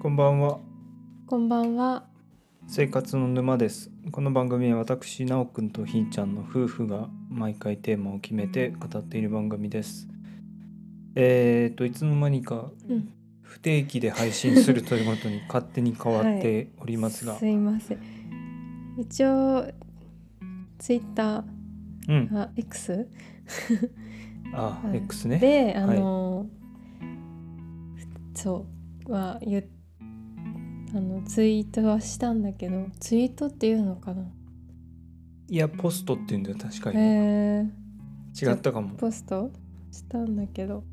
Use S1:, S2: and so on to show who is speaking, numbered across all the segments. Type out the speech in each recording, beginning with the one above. S1: こんばんは
S2: こんばんは。
S1: 生活の沼ですこの番組は私なおくんとひんちゃんの夫婦が毎回テーマを決めて語っている番組ですえー、といつの間にか
S2: うん
S1: 不定期で配信するという ことに勝手に変わっておりますが、
S2: すいません。一応ツイッタ
S1: うん
S2: ーあ X
S1: あ、
S2: うん
S1: X ね
S2: であの、そうはゆあのツイートはしたんだけどツイートっていうのかな。
S1: いやポストっていうんだよ確か
S2: え
S1: に、ね
S2: え
S1: 違ったかも
S2: ポストしたんだけど。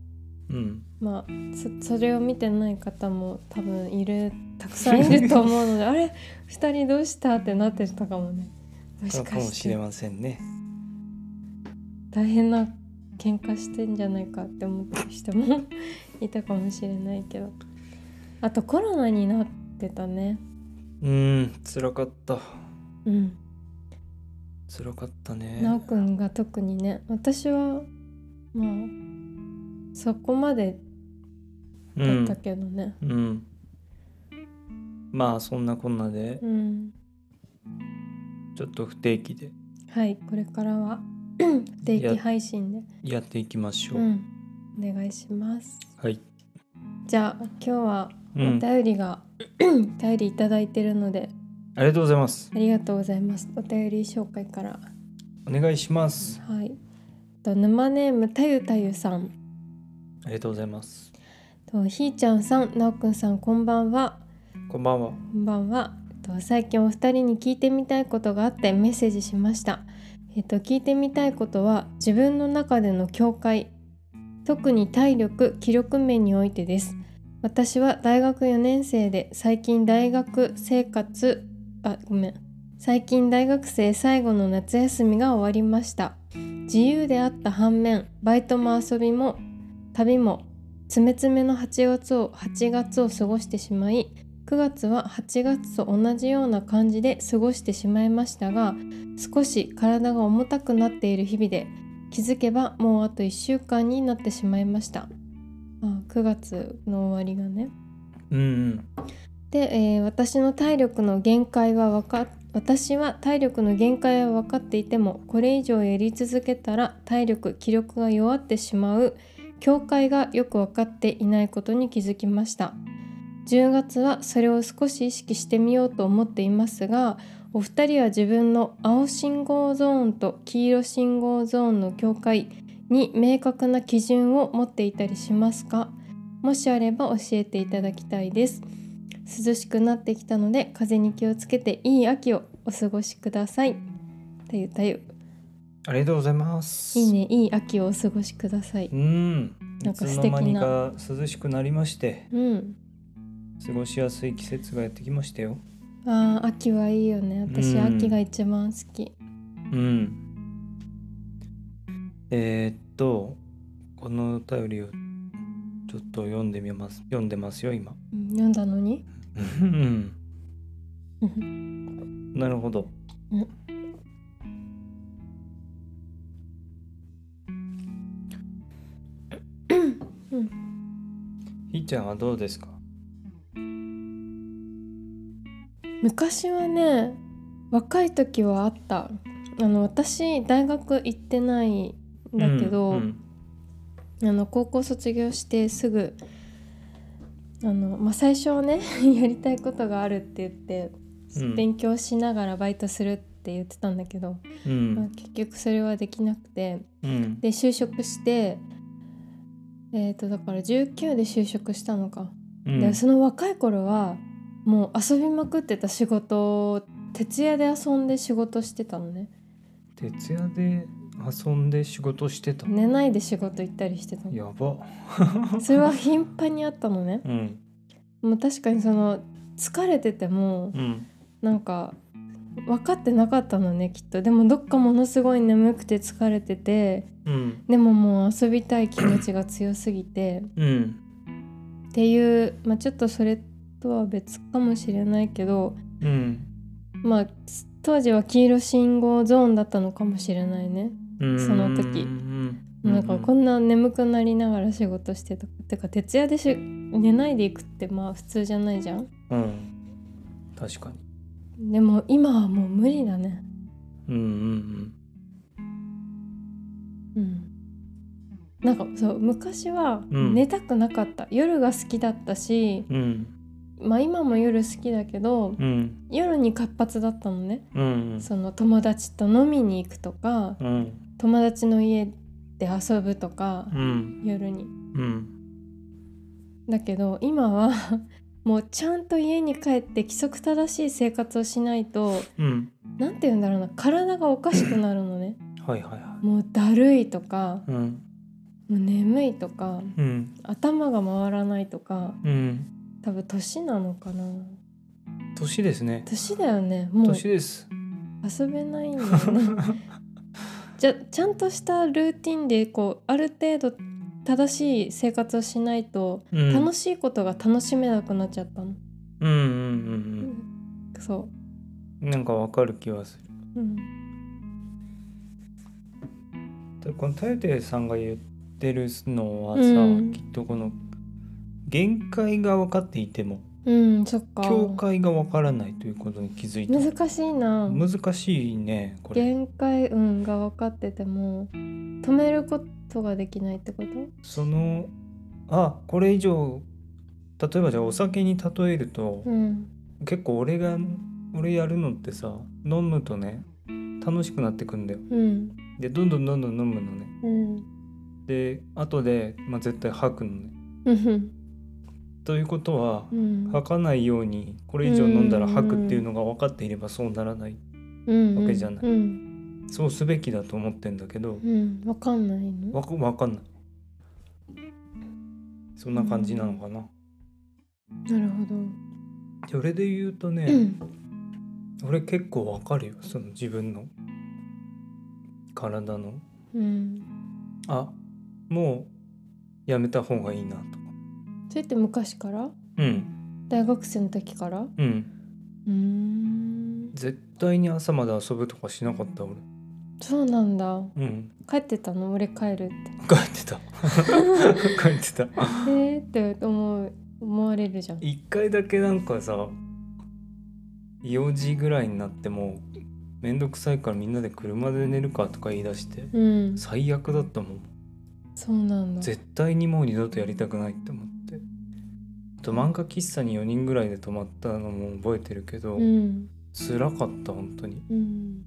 S1: うん
S2: まあそそれを見てない方も多分いるたくさんいると思うのであれ2人どうしたってなってたかも ねもし
S1: か
S2: か
S1: も
S2: し
S1: しれ
S2: て
S1: ませんね
S2: 大変な喧嘩してんじゃないかって思ってる人も いたかもしれないけどあとコロナになってたね
S1: うん辛かった
S2: うん
S1: 辛かったね
S2: なおくんが特にね私はまあそこまで
S1: う
S2: だっ
S1: ん
S2: たけどね
S1: うんまあそんなこんなで
S2: うん、
S1: ちょっと不定期で
S2: はいこれから は不定期配信で
S1: やっていきましょう、
S2: うん、お願いします。
S1: はい、
S2: じゃあ今日は
S1: う
S2: お
S1: ん、あ
S2: 便りが、 お便りいただいてるので
S1: りがとうございます
S2: ありがとうございます。お便り紹介から
S1: お願いします
S2: はい。と沼ネームたゆたゆさん、
S1: ありがとうございます
S2: とひーちゃんさん、なおくんさんこんばんは。
S1: こんばんは
S2: こんばんは。と最近お二人に聞いてみたいことがあってメッセージしました。えっと聞いてみたいことは自分の中での境界、特に体力気力面においてです。私は大学4年生で最近大学生活あごめん最近大学生最後の夏休みが終わりました自由であった反面バイトも遊びも旅もつめつめの8月を8月を過ごしてしまい9月は8月と同じような感じで過ごしてしまいましたが少し体が重たくなっている日々で気づけばもうあと1週間になってしまいましたあ9月の終わりがね
S1: うん
S2: で、えー私の体力の限界は分かっ私は体力の限界は分かっていてもこれ以上やり続けたら体力気力が弱ってしまう境界がよく分かっていないことに気づきました10月はそれを少し意識してみようと思っていますがお二人は自分の青信号ゾーンと黄色信号ゾーンの境界に明確な基準を持っていたりしますかもしあれば教えていただきたいです涼しくなってきたので風に気をつけていい秋をお過ごしください。たゆたゆ
S1: ありがとうございます
S2: いいねいい秋をお過ごしください。
S1: うん
S2: ないん
S1: つ
S2: か素
S1: の
S2: 敵
S1: 間
S2: な
S1: にか涼しくなりまして
S2: うん。
S1: 過ごしやすい季節がやってきましたよ
S2: ああ秋はいいよね。私、
S1: うん
S2: 秋が一番好き。
S1: うんえー、っとこのお便りをちょっと読んでみます読んでますよ今
S2: うん読んだのに。
S1: うんなるほど
S2: うん。 うん
S1: ひーちゃんはどうですか
S2: 昔はね若い時はあった。あの私大学行ってないんだけど。
S1: うん
S2: あの高校卒業してすぐあの、まあ、最初はね やりたいことがあるって言って、
S1: うん
S2: 勉強しながらバイトするって言ってたんだけど、
S1: う
S2: まあ
S1: ん、
S2: 結局それはできなくて
S1: うん
S2: で就職してえっ、とだから19で就職したのか、
S1: うん
S2: でその若い頃はもう遊びまくってた仕事を徹夜で遊んで仕事してたのね
S1: 徹夜で遊んで仕事してた、
S2: 寝ないで仕事行ったりしてたの
S1: やば
S2: それは頻繁にあったのね
S1: うん
S2: もう確かにその疲れてても
S1: うん
S2: なんか分かってなかったのねきっとでもどっかものすごい眠くて疲れてて
S1: うん
S2: でももう遊びたい気持ちが強すぎて
S1: うん
S2: っていう、まあ、ちょっとそれとは別かもしれないけど
S1: うん
S2: まあ当時は黄色信号ゾーンだったのかもしれないね
S1: うん
S2: その時
S1: うん
S2: なんかこんな眠くなりながら仕事してたってか徹夜でし寝ないでいくってまあ普通じゃないじゃん
S1: うん確かに
S2: でも今はもう無理だね
S1: うんうん
S2: うんなんかそう昔は
S1: うん
S2: 寝たくなかった、夜が好きだったし
S1: うんうん
S2: まあ今も夜好きだけど
S1: うん
S2: 夜に活発だったのね
S1: うん
S2: その友達と飲みに行くとか
S1: うん
S2: 友達の家で遊ぶとか
S1: う、ん
S2: 夜に
S1: うん
S2: だけど今は もうちゃんと家に帰って規則正しい生活をしないと
S1: うん
S2: 何て言うんだろうな体がおかしくなるのね
S1: はいはいは
S2: もうだるいとか
S1: いうん
S2: もう眠いとか
S1: うん
S2: 頭が回らないとか
S1: うん
S2: 多分年なのかな
S1: 年ですね
S2: 年だよねもう
S1: 年です
S2: 遊べないんだよね じゃちゃんとしたルーティンでこうある程度正しい生活をしないと
S1: うん
S2: 楽しいことが楽しめなくなっちゃったの、
S1: うんうんうん
S2: そ
S1: うんなんかわかる気はする
S2: う、うん、
S1: でこのタヨテさんが言ってるのはさ、
S2: うん
S1: きっとこの限界が分かっていても
S2: うん、そっか。
S1: 境界が分からないということに気づいてる
S2: 難しいな。
S1: 難しいねこれ
S2: 限界運が分かってても止めることができないってこと？
S1: そのあこれ以上例えばじゃあお酒に例えると、
S2: うん。
S1: 結構俺が俺やるのってさ飲むとね楽しくなってくんだよ
S2: うん。
S1: でどんどんどんどん飲むのね
S2: うん。
S1: で後で、まあ、絶対吐くのね
S2: うん。
S1: ということは、
S2: うん。
S1: 吐かないようにこれ以上飲んだら吐くっていうのが分かっていればそうならない
S2: うん。
S1: わけじゃない
S2: うん。
S1: そうすべきだと思ってんだけど
S2: うん。わかんないの？
S1: わか分かんないそんな感じなのかな
S2: なるほど。
S1: それで言うと
S2: う
S1: ね
S2: ん。
S1: 俺結構分かるよその自分の体の
S2: うん。
S1: あもうやめた方がいいなとか
S2: それって昔から？
S1: うん
S2: 大学生の時から？う
S1: うん
S2: ーん。
S1: 絶対に朝まで遊ぶとかしなかった俺
S2: そうなんだ。
S1: うん
S2: 帰ってたの？俺帰 るって。
S1: 帰ってた帰ってた
S2: えーって思う思われるじゃん。
S1: 一回だけなんかさ4時ぐらいになってもうめんどくさいからみんなで車で寝るかとか言い出して
S2: うん。
S1: 最悪だったもん
S2: そうなんだ。
S1: 絶対にもう二度とやりたくないって思ってあと漫画喫茶に4人ぐらいで泊まったのも覚えてるけど、
S2: うん。
S1: 辛かった本当に
S2: うん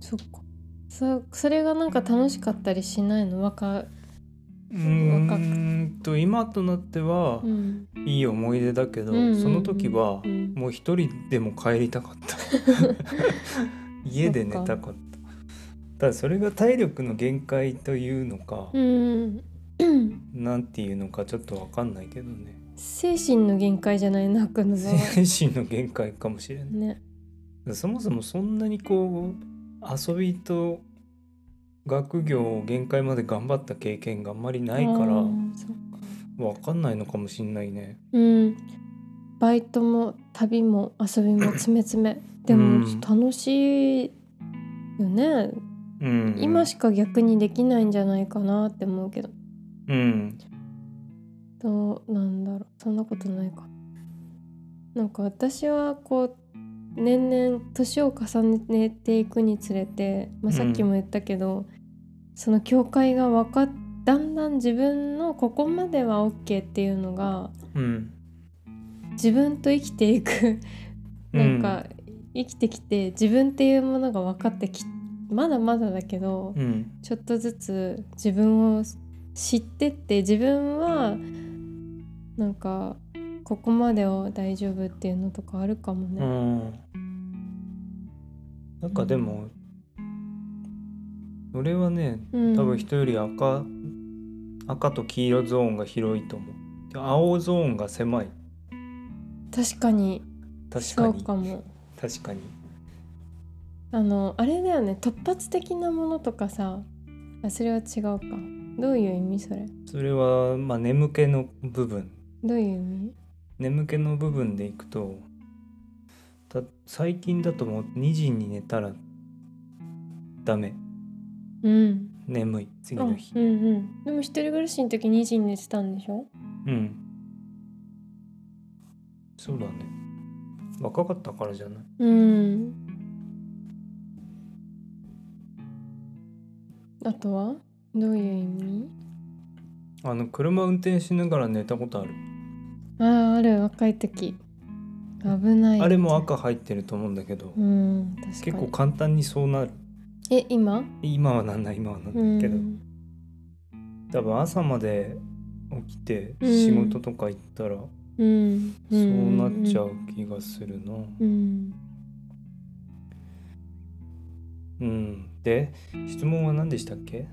S2: そっかそそれがなんか楽しかったりしないの若
S1: うーんと今となっては
S2: うん
S1: いい思い出だけど、
S2: うんうんうん
S1: その時は
S2: うん
S1: もう一人でも帰りたかった 家で寝たかったただそれが体力の限界というのか、
S2: うんうん
S1: なんていうのかちょっとわかんないけどね
S2: 精神の限界じゃないなくの場合
S1: 精神の限界かもしれない、
S2: ね
S1: そもそもそんなにこう遊びと学業を限界まで頑張った経験があんまりないか
S2: あ
S1: ら
S2: ーそっか
S1: わかんないのかもしんないね
S2: うんバイトも旅も遊 びもつめつめでも
S1: うん
S2: 楽しいよね、
S1: うん
S2: 今しか逆にできないんじゃないかなって思うけど
S1: うん
S2: どうなんだろうそんなことないかなんか私はこう年々年を重ねていくにつれて、まあ、さっきも言ったけど、その境界が分かっだんだん自分のここまでは OK っていうのが
S1: うん
S2: 自分と生きていく
S1: う
S2: なんか、生きてきて自分っていうものが分かってきまだまだだけど、
S1: うん
S2: ちょっとずつ自分を知ってって自分はなんかここまでは大丈夫っていうのとかあるかも
S1: う
S2: ね。
S1: んなんかでも俺はね
S2: うん、
S1: 多分人より赤、赤と黄色ゾーンが広いと思うで青ゾーンが狭い
S2: 確かに
S1: 確か
S2: そう
S1: に
S2: かも。
S1: 確かに
S2: あのあれだよね突発的なものとかさあそれは違うかどういう意味それ
S1: それはまあ眠気の部分
S2: どういう意味
S1: 眠気の部分でいくとた最近だともう2時に寝たらダメ
S2: うん
S1: 眠い次
S2: あう
S1: の
S2: ん
S1: 日
S2: うんでも一人暮らしの時2時に寝てたんでしょ
S1: うんそうだね若かったからじゃない
S2: うんあとはどういう意味
S1: あの車運転しながら寝たことある
S2: ああある若い時危ない
S1: あれも赤入ってると思うんだけど
S2: うん確かに
S1: 結構簡単にそうなる
S2: え今
S1: 今はなんない今はな
S2: うんん
S1: ないけど多分朝まで起きて
S2: うん
S1: 仕事とか行ったら
S2: うん
S1: そ
S2: ん
S1: うなっちゃう気がするな
S2: うん
S1: うんで質問は何でしたっけ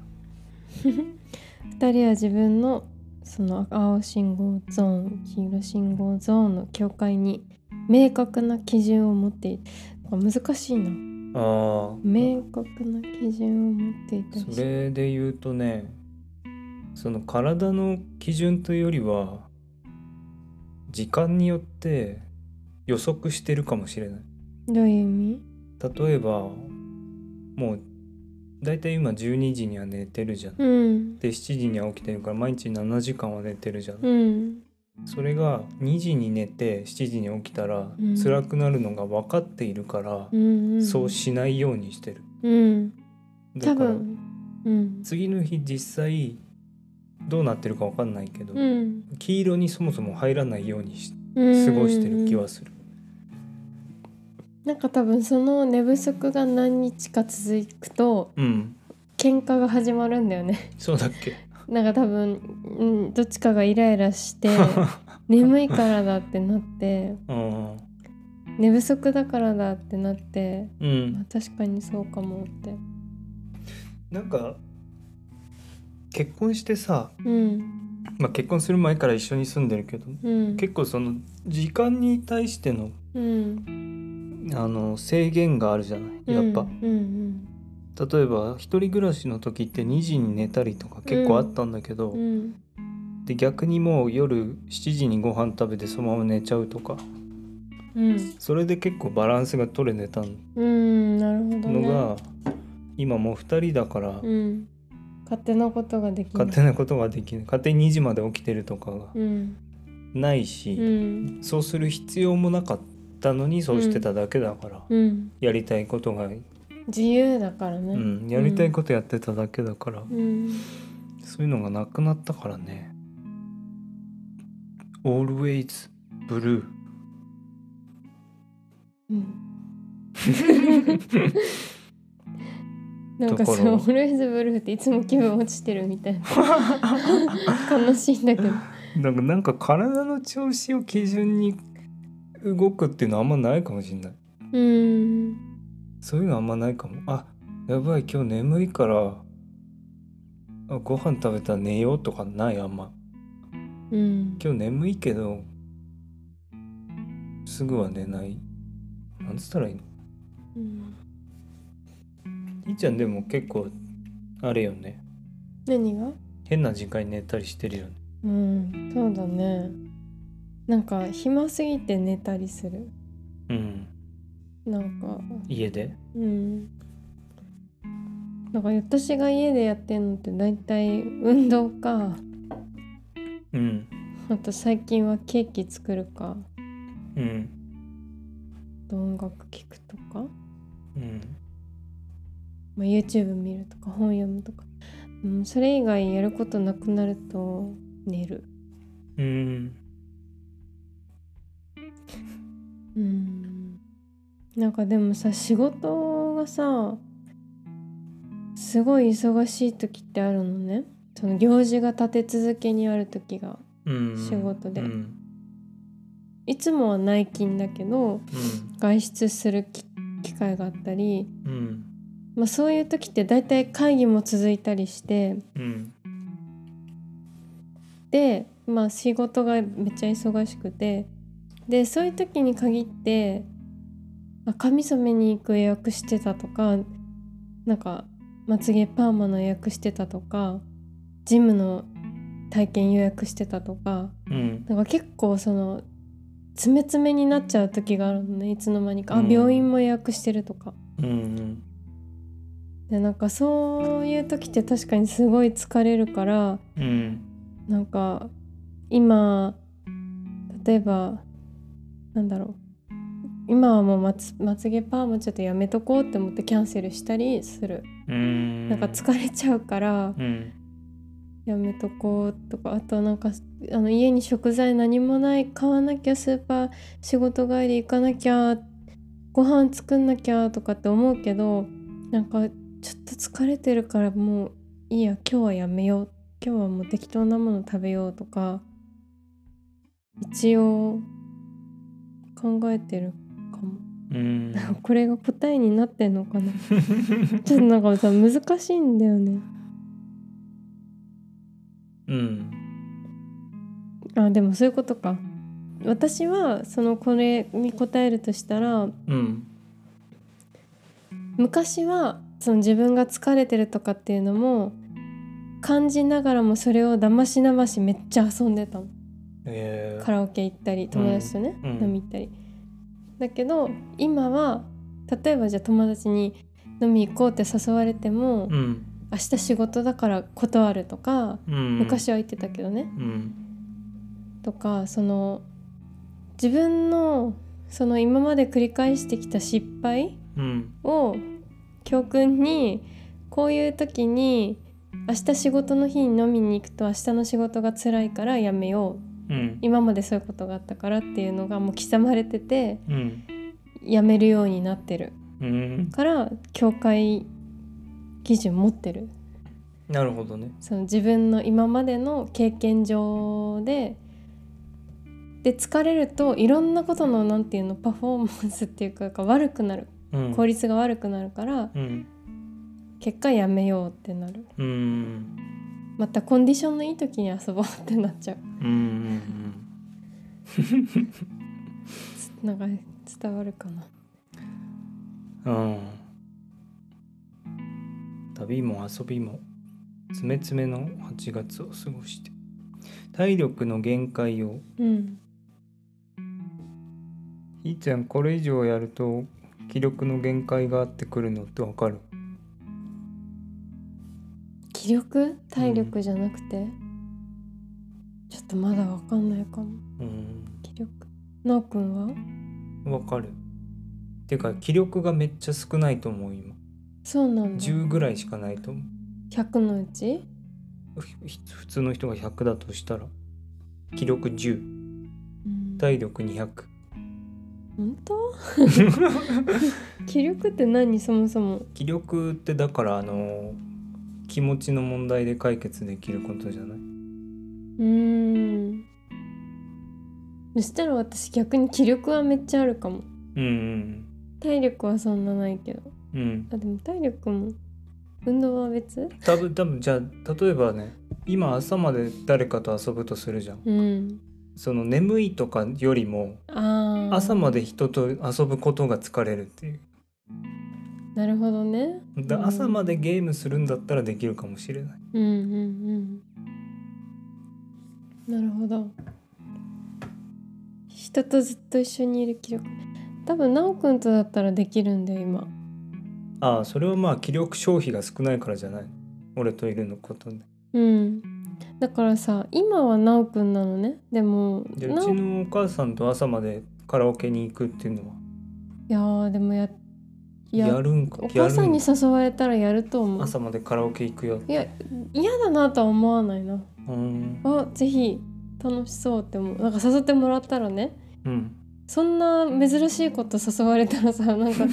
S2: 2人は自分のその青信号ゾーン黄色信号ゾーンの境界に明確な基準を持っていなんか難しいな
S1: あー
S2: 明確な基準を持っていたり
S1: それで言うとねその体の基準というよりは時間によって予測してるかもしれない
S2: どういう意味
S1: 例えばもうだいたい今12時には寝てるじゃん
S2: うん
S1: で7時には起きてるから毎日7時間は寝てるじゃん、
S2: うん
S1: それが2時に寝て7時に起きたら
S2: うん
S1: 辛くなるのが分かっているから
S2: う、ん
S1: そうしないようにしてる
S2: うん多
S1: だから
S2: 分うん
S1: 次の日実際どうなってるか分かんないけど、
S2: うん
S1: 黄色にそもそも入らないようにし
S2: 過
S1: 過ごしてる気はする、
S2: なんか多分その寝不足が何日か続くと
S1: うん
S2: 喧嘩が始まるんだよね
S1: そうだっけ
S2: なんか多分、うん、どっちかがイライラして眠いからだってなって
S1: うん
S2: 寝不足だからだってなって、
S1: う
S2: まあ
S1: ん、
S2: 確かにそうかもって
S1: なんか結婚してさ、
S2: うん
S1: まあ、結婚する前から一緒に住んでるけど
S2: うん
S1: 結構その時間に対しての
S2: うん
S1: あの制限があるじゃないやっぱ、
S2: うんうん
S1: 例えば一人暮らしの時って2時に寝たりとか結構あったんだけど、
S2: うんうん
S1: で逆にもう夜7時にご飯食べてそのまま寝ちゃうとか
S2: うん
S1: それで結構バランスが取れてたの
S2: うんなるほどね
S1: が、今もう2人だから
S2: うん、勝手なことができない
S1: 勝手なことができない勝手に2時まで起きてるとかが
S2: うん
S1: ない
S2: うんう
S1: し、
S2: ん
S1: そうする必要もなかったのにそうしてただけだから、
S2: うん
S1: やりたいことが、
S2: 自由だからね
S1: うん、やりたいことやってただけだから、
S2: うん
S1: そういうのがなくなったからね。Always blue
S2: うん、なんか
S1: だか
S2: さ「
S1: ら
S2: オルエズブルー」っていつも気分落ちてるみた いな悲しいんだけど
S1: なんかなんか体の調子を基準に動くっていうのはあんまないかもしれない
S2: うん
S1: そういうのあんまないかもあやばい今日眠いからあご飯食べたら寝ようとかないあんま
S2: うん
S1: 今日眠いけどすぐは寝ないなんつったらいいの
S2: うん
S1: いいちゃんでも結構あれよね
S2: 何が
S1: 変な時間に寝たりしてるよね
S2: うんそうだねなんか暇すぎて寝たりする
S1: うん
S2: なんか
S1: 家で
S2: うんだから私が家でやってるのって大体運動か
S1: うん
S2: あと最近はケーキ作るか
S1: うん
S2: あと音楽聴くとか、
S1: うん
S2: まあ、YouTube 見るとか本読むとか、うん、それ以外やることなくなると寝る
S1: うん
S2: うんなんかでもさ仕事がさすごい忙しい時ってあるのねその行事が立て続けにある時が
S1: うん
S2: 仕事で
S1: うん
S2: いつもは内勤だけど外出するき機会があったり、
S1: うんうん
S2: まあ、そういう時って大体会議も続いたりして
S1: うん
S2: で、まあ、仕事がめっちゃ忙しくてでそういう時に限ってあ髪染めに行く予約してたとかなんかまつげパーマの予約してたとかジムの体験予約してたとか
S1: うん
S2: なんか結構その詰め詰めになっちゃう時があるのねいつの間にか、
S1: うん
S2: あ病院も予約してるとか
S1: うん
S2: でなんかそういう時って確かにすごい疲れるから
S1: うん
S2: なんか今例えばなんだろう今はもうまつまつげパーマちょっとやめとこうって思ってキャンセルしたりする、
S1: うん
S2: なんか疲れちゃうから
S1: うん
S2: やめとこうとかあとなんかあの家に食材何もない買わなきゃスーパー仕事帰り行かなきゃご飯作んなきゃとかって思うけどなんかちょっと疲れてるからもういいや今日はやめよう今日はもう適当なもの食べようとか一応考えてるかも
S1: うん
S2: これが答えになってんのかなちょっとなんかさ難しいんだよね
S1: うん
S2: あでもそういうことか私はそのこれに答えるとしたら
S1: うん
S2: 昔はその自分が疲れてるとかっていうのも感じながらもそれをだましだましめっちゃ遊んでたの
S1: え
S2: カラオケ行ったり友達とね、
S1: うん
S2: 飲み行ったりだけど今は例えばじゃあ友達に飲み行こうって誘われても、
S1: うん
S2: 明日仕事だから断るとか
S1: うん
S2: 昔は言ってたけどね、
S1: うん
S2: とかその自分のその今まで繰り返してきた失敗
S1: うん
S2: を教訓にこういう時に明日仕事の日に飲みに行くと明日の仕事が辛いからやめよう
S1: うん
S2: 今までそういうことがあったからっていうのがもう刻まれてて
S1: うん
S2: やめるようになってる
S1: うん
S2: から教会基準持ってる
S1: なるほどね
S2: その自分の今までの経験上でで疲れるといろんなことのなんていうのパフォーマンスっていうかが悪くなる
S1: うん
S2: 効率が悪くなるから
S1: うん
S2: 結果やめようってなる
S1: うん
S2: またコンディションのいい時に遊ぼうってなっちゃう
S1: うんうん
S2: つなんか伝わるかな
S1: うんうん旅も遊びもつめつめの8月を過ごして体力の限界を
S2: うん
S1: いーちゃんこれ以上やると気力の限界があってくるのってわかる
S2: 気力体力じゃなくて、ちょっとまだわかんないかも
S1: うん
S2: 気力なおくんは
S1: わかるてか気力がめっちゃ少ないと思う今
S2: そうなんだ
S1: 10ぐらいしかないと思
S2: 100のうち
S1: うふひ普通の人が100だとしたら気力10
S2: うん
S1: 体力200
S2: 本当 気力って何そもそも
S1: 気力ってだからあの気持ちの問題で解決できることじゃないう
S2: ーんそしたら私逆に気力はめっちゃあるかも
S1: うん
S2: 体力はそんなないけど
S1: うんうん
S2: あでも体力も運動は別
S1: 多分多分じゃあ例えばね今朝まで誰かと遊ぶとするじゃん
S2: うん
S1: その眠いとかよりも
S2: ああ
S1: 朝まで人と遊ぶことが疲れるっていう
S2: なるほどねう
S1: だ
S2: ん
S1: 朝までゲームするんだったらできるかもしれない
S2: うんうんうんなるほど人とずっと一緒にいる気力多分なおくんとだったらできるんだよ今
S1: ああそれはまあ気力消費が少ないからじゃない俺といるのことで
S2: うんだからさ今はなおくんなのねでも
S1: で
S2: な
S1: う
S2: お
S1: ちのお母さんと朝までカラオケに行くっていうのはい
S2: やーでもやい
S1: や
S2: や
S1: るんか
S2: お
S1: や
S2: 母
S1: る
S2: さんに
S1: か
S2: 誘われたらやると思う
S1: 朝までカラオケ行くよ
S2: いや嫌だなとは思わないな
S1: うん
S2: あぜひ楽しそうって思うなんか誘ってもらったらね
S1: うん
S2: そんな珍しいこと誘われたらさな んか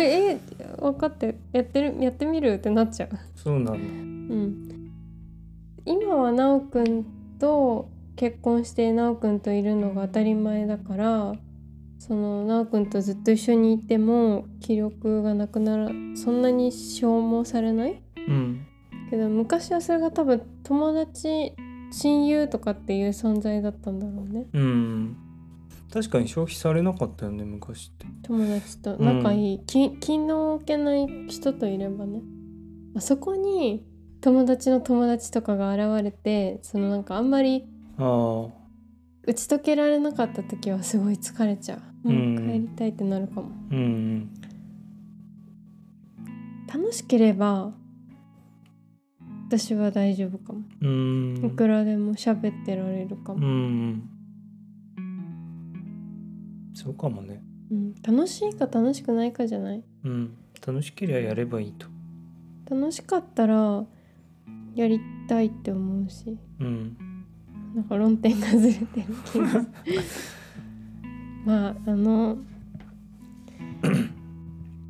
S2: え分かってやってるやってみるってなっちゃう
S1: そうなんだ
S2: うん今はなおくんと結婚してなおくんといるのが当たり前だからそのなおくんとずっと一緒にいても気力がなくならそんなに消耗されない
S1: うん
S2: けど昔はそれが多分友達親友とかっていう存在だったんだろうね
S1: うん確かに消費されなかったよね昔って
S2: 友達と仲いい、き気の置けない人といればねまあそこに友達の友達とかが現れてそのなんかあんまり
S1: ああ
S2: 打ち解けられなかった時はすごい疲れちゃうもううん帰りたいってなるかも、
S1: うん
S2: 楽しければ私は大丈夫かも、
S1: うーん
S2: いくらでも喋ってられるか
S1: うん
S2: も、
S1: うんそうかもね
S2: うん楽しいか楽しくないかじゃない
S1: うん楽しければやればいいと
S2: 楽しかったらやりたいって思うし
S1: うん
S2: なんか論点がずれてる気がするまああの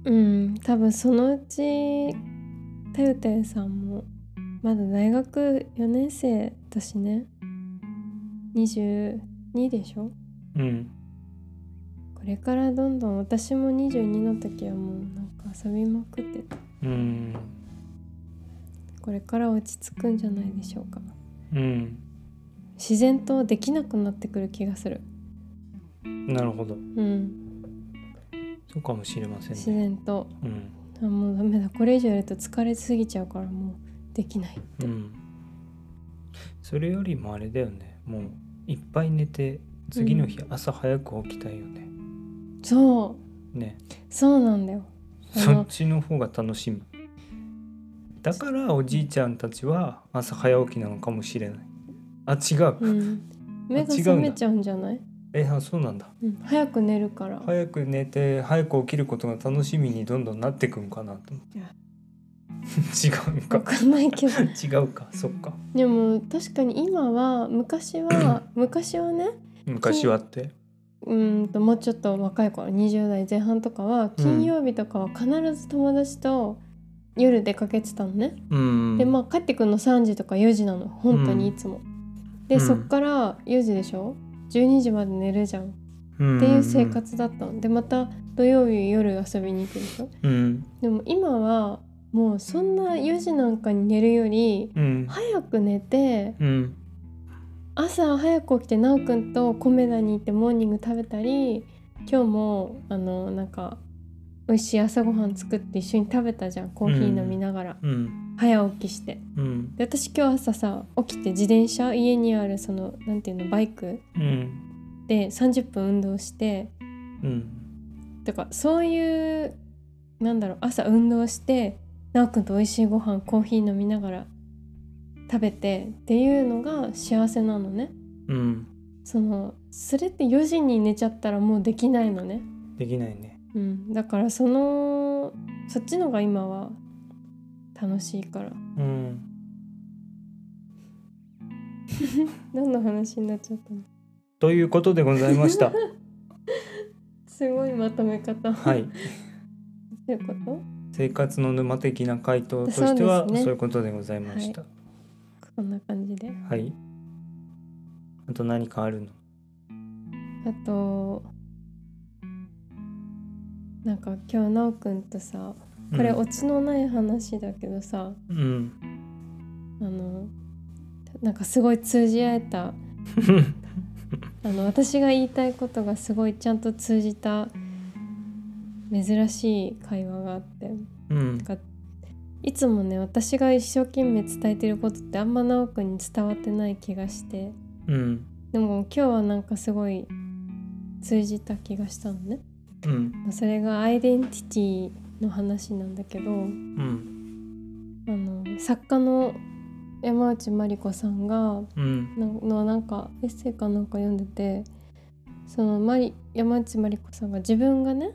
S2: うん多分そのうちたゆたゆさんもまだ大学4年生だしね22でしょ
S1: うん
S2: これからどんどん私も22の時はもうなんか遊びまくってた
S1: うん
S2: これから落ち着くんじゃないでしょうか
S1: うん
S2: 自然とできなくなってくる気がする
S1: なるほど
S2: うん
S1: そうかもしれませ
S2: 自
S1: んね
S2: 然と
S1: うん
S2: あもうダメだこれ以上やると疲れすぎちゃうからもうできないって、
S1: うんそれよりもあれだよねもういっぱい寝て次の日朝早く起きたいよね、
S2: そう
S1: ね
S2: そうなんだよあ
S1: そ
S2: の
S1: っちの方が楽しみだからおじいちゃんたちは朝早起きなのかもしれないあ違う、
S2: うん目が
S1: 違うん
S2: 覚
S1: だ
S2: めちゃうんじゃない
S1: えあそうなんだ
S2: うん、早く寝るから、
S1: 早く寝て早く起きることが楽しみにどんどんなってくんかなと思って
S2: い
S1: 違うん
S2: わ
S1: か
S2: かんないけど
S1: 違うかそっか
S2: でも確かに今は昔は昔はね
S1: 昔はって
S2: うーんともうちょっと若い頃20代前半とかは金曜日とかは必ず友達と夜出かけてたのね、
S1: うん
S2: でまあ帰ってくるの3時とか4時なの本当にいつも、で、
S1: うん
S2: そっから4時でしょ12時まで寝るじゃん
S1: うん
S2: っていう生活だったのでまた土曜日夜遊びに行くでしょ
S1: うん
S2: でも今はもうそんな4時なんかに寝るより
S1: うん
S2: 早く寝て
S1: うん
S2: 朝早く起きてなおくんと米田に行ってモーニング食べたり今日もあのなんか美味しい朝ごはん作って一緒に食べたじゃんコーヒー飲みながら、
S1: うん
S2: 早起きして
S1: うん
S2: で私今日朝さ起きて自転車家にあるそのなんていうのバイク
S1: うん
S2: で30分運動して
S1: うん
S2: とかそういうなんだろう朝運動してなおくんと美味しいご飯コーヒー飲みながら食べてっていうのが幸せなのね
S1: うん
S2: そのそれって4時に寝ちゃったらもうできないのね、
S1: できないね
S2: うん、だからそのそっちのが今は楽しいから
S1: うん
S2: 何の話になっちゃったの
S1: ということでございました
S2: すごいまとめ方
S1: はい
S2: どういうこと
S1: 生活の沼的な回答として
S2: そ
S1: はそ
S2: う
S1: う,、
S2: ですね
S1: いうことでございましたは
S2: こんな感じで
S1: い、あと何かあるの
S2: あとなんか今日なおくんとさこれ
S1: う
S2: オ
S1: ん
S2: チのない話だけどさ、
S1: うん
S2: あのなんかすごい通じ合えたあの私が言いたいことがすごいちゃんと通じた珍しい会話があって
S1: うん
S2: いつもね私が一生懸命伝えてることってあんま直くんに伝わってない気がして
S1: うん
S2: でも今日はなんかすごい通じた気がしたのね
S1: うん
S2: それがアイデンティティの話なんだけど
S1: うん
S2: あの作家の山内まりこさんが
S1: うん
S2: なのなんかエッセイかなんか読んでてそのマリ山内まりこさんが自分がね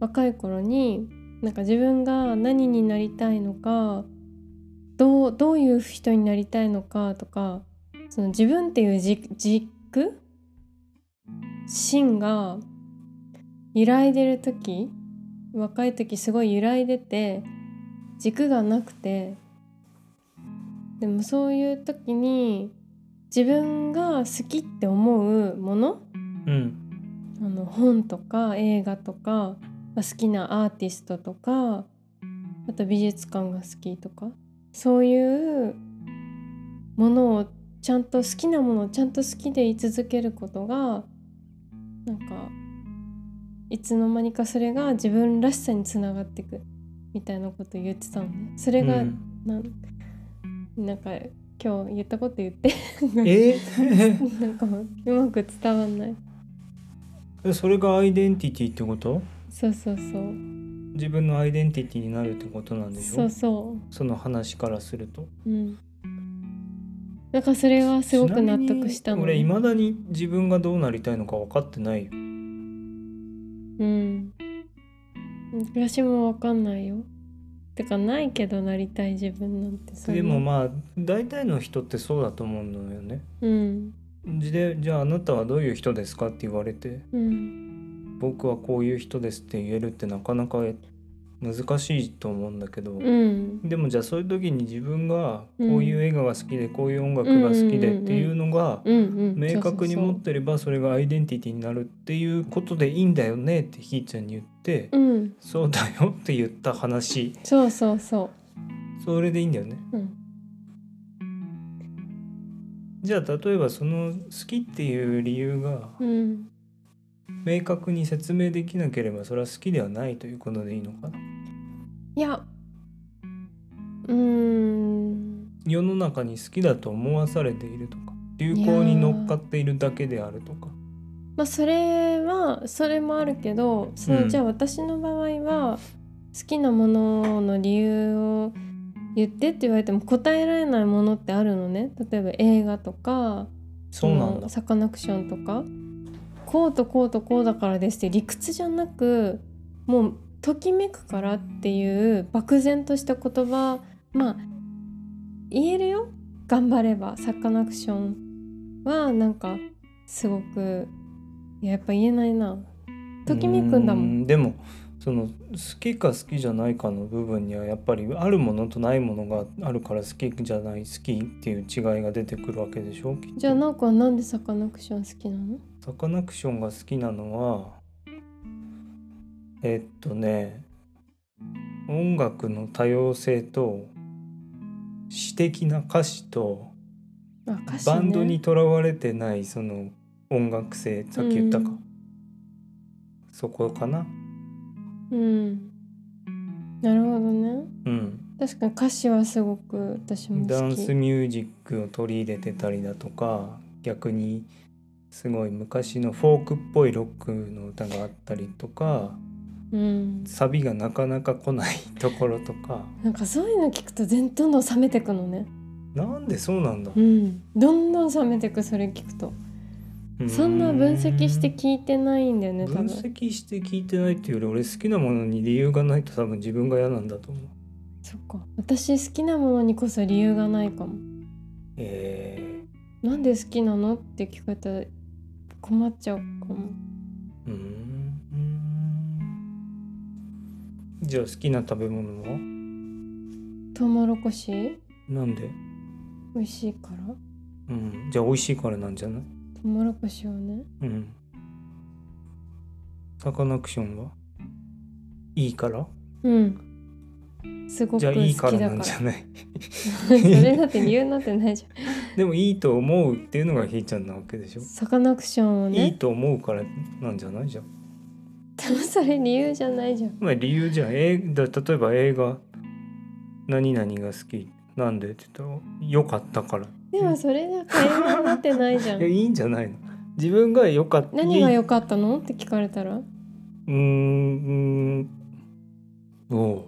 S2: 若い頃になんか自分が何になりたいのかどうどういう人になりたいのかとかその自分っていうじ軸芯が揺らいでる時若い時すごい揺らいでて軸がなくてでもそういう時に自分が好きって思うもの
S1: うん
S2: あの本とか映画とかまあ好きなアーティストとかあと美術館が好きとかそういうものをちゃんと好きなものをちゃんと好きでい続けることがなんかいつの間にかそれが自分らしさにつながっていくみたいなこと言ってたのねそれが
S1: うん
S2: なんなんか今日言ったこと言って
S1: え
S2: なんかもううまく伝わんない
S1: それがアイデンティティってこと
S2: そうそうそう
S1: 自分のアイデンティティになるってことなんでし
S2: そ
S1: ょ
S2: うそ
S1: その話からすると
S2: ううんなんかそれはすごく納得し
S1: ちな
S2: たの
S1: みに俺未だに自分がどうなりたいのか分かってないよ
S2: うん私も分かんないよてかないけどなりたい自分なんてそん
S1: で
S2: な
S1: もまあ大体の人ってそうだと思うのよね
S2: うん
S1: でじゃああなたはどういう人ですかって言われて
S2: うん
S1: 僕はこういう人ですって言えるってなかなか難しいと思うんだけど、
S2: うん
S1: でもじゃあそういう時に自分が
S2: うん
S1: こういう映画が好きでこういう音楽が好きでっていうのが
S2: うんうん
S1: 明確に持っ
S2: そう
S1: てればそれがアイデンティティになるっていうことでいいんだよねってひーちゃんに言って
S2: そうそううん
S1: そうだよって言った話
S2: そうそうそ
S1: それでいいんだよね
S2: ううん
S1: じゃあ例えばその好きっていう理由が
S2: うん
S1: 明確に説明できなければそれは好きではないということでいいのかない
S2: やうーん
S1: 世の中に好きだと思わされているとか流行に乗っかっているだけであるとか
S2: まあそれはそれもあるけどそ
S1: う
S2: の、
S1: ん
S2: じゃあ私の場合は好きなものの理由を言ってって言われても答えられないものってあるのね例えば映画とか
S1: そうなんだ
S2: サカナクションとかこうとこうとこうだからですって理屈じゃなくもうときめくからっていう漠然とした言葉まあ言えるよ頑張ればサカナクションはなんかすごくいややっぱ言えないなときめくんだも
S1: うんでもその好きか好きじゃないかの部分にはやっぱりあるものとないものがあるから好きじゃない好きっていう違いが出てくるわけでしょきっと
S2: じゃあなおくんはなんでサカナクション好きなの
S1: サカナクションが好きなのはえっとね音楽の多様性と詩的な歌詞と
S2: あ歌詞ね
S1: バンドにとらわれてないその音楽性さっき言ったか、
S2: うん
S1: そこかな
S2: うんなるほどね
S1: うん
S2: 確かに歌詞はすごく私も好き
S1: ダンスミュージックを取り入れてたりだとか逆にすごい昔のフォークっぽいロックの歌があったりとか
S2: うん
S1: サビがなかなか来ないところとか
S2: なんかそういうの聞くと全どんどん冷めてくのね
S1: なんでそうなんだ
S2: うんどんどん冷めてくそれ聞くとそんな分析して
S1: う
S2: 聞いてないんだよ
S1: ー
S2: ね
S1: ん
S2: 多
S1: 分
S2: 分
S1: 析して聞いてないっていうより俺好きなものに理由がないと多分自分が嫌なんだと思う
S2: そっか私好きなものにこそ理由がないかも
S1: えー
S2: なんで好きなのって聞かれたら困っちゃうかも
S1: うーんうーんじゃあ好きな食べ物は
S2: トウモロコシ
S1: なんで、
S2: 美味しいから
S1: うん、じゃあ美味しいからなんじゃない
S2: トウモロコシをね
S1: うんサカナクションはいいから
S2: うんすごく
S1: じゃ
S2: 好
S1: あい
S2: き
S1: い
S2: だか
S1: から
S2: ら
S1: なんじゃない
S2: それだって理由になってないじゃ
S1: でもいいと思うっていうのがひーちゃんなわけでしょ
S2: んサカナクションを
S1: いい
S2: ね
S1: と思うからなんじゃないじゃん、
S2: でもそれ理由じゃないじゃん
S1: まあ、理由じゃんえーだ例えば映画何々が好きなんでって言ったらよかったから
S2: でもそれじゃ会話になってないじゃん
S1: いやいいんじゃないの自分が良かった
S2: 何が良かったのって聞かれたら
S1: うーんうーんおう